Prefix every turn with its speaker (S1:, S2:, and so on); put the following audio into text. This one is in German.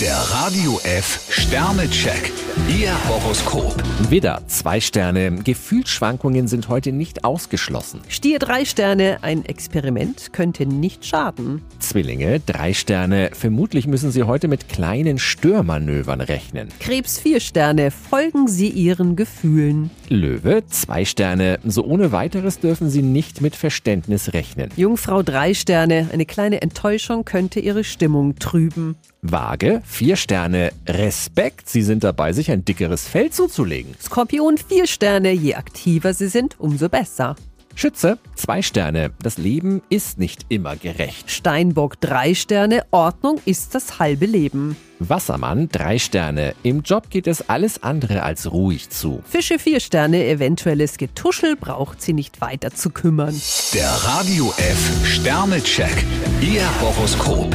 S1: Der Radio F Sternecheck. Ihr Horoskop.
S2: Widder, zwei Sterne. Gefühlsschwankungen sind heute nicht ausgeschlossen.
S3: Stier drei Sterne, ein Experiment könnte nicht schaden.
S2: Zwillinge, drei Sterne. Vermutlich müssen Sie heute mit kleinen Störmanövern rechnen.
S3: Krebs vier Sterne, folgen Sie Ihren Gefühlen.
S2: Löwe, zwei Sterne. So ohne weiteres dürfen Sie nicht mit Verständnis rechnen.
S3: Jungfrau drei Sterne, eine kleine Enttäuschung könnte Ihre Stimmung trüben.
S2: Waage, vier Sterne. Respekt, Sie sind dabei, sich ein dickeres Fell zuzulegen.
S3: Skorpion vier Sterne, je aktiver Sie sind, umso besser.
S2: Schütze, zwei Sterne. Das Leben ist nicht immer gerecht.
S3: Steinbock drei Sterne, Ordnung ist das halbe Leben.
S2: Wassermann, drei Sterne. Im Job geht es alles andere als ruhig zu.
S3: Fische vier Sterne, eventuelles Getuschel braucht Sie nicht weiter zu kümmern.
S1: Der Radio F Sternecheck. Ihr Horoskop.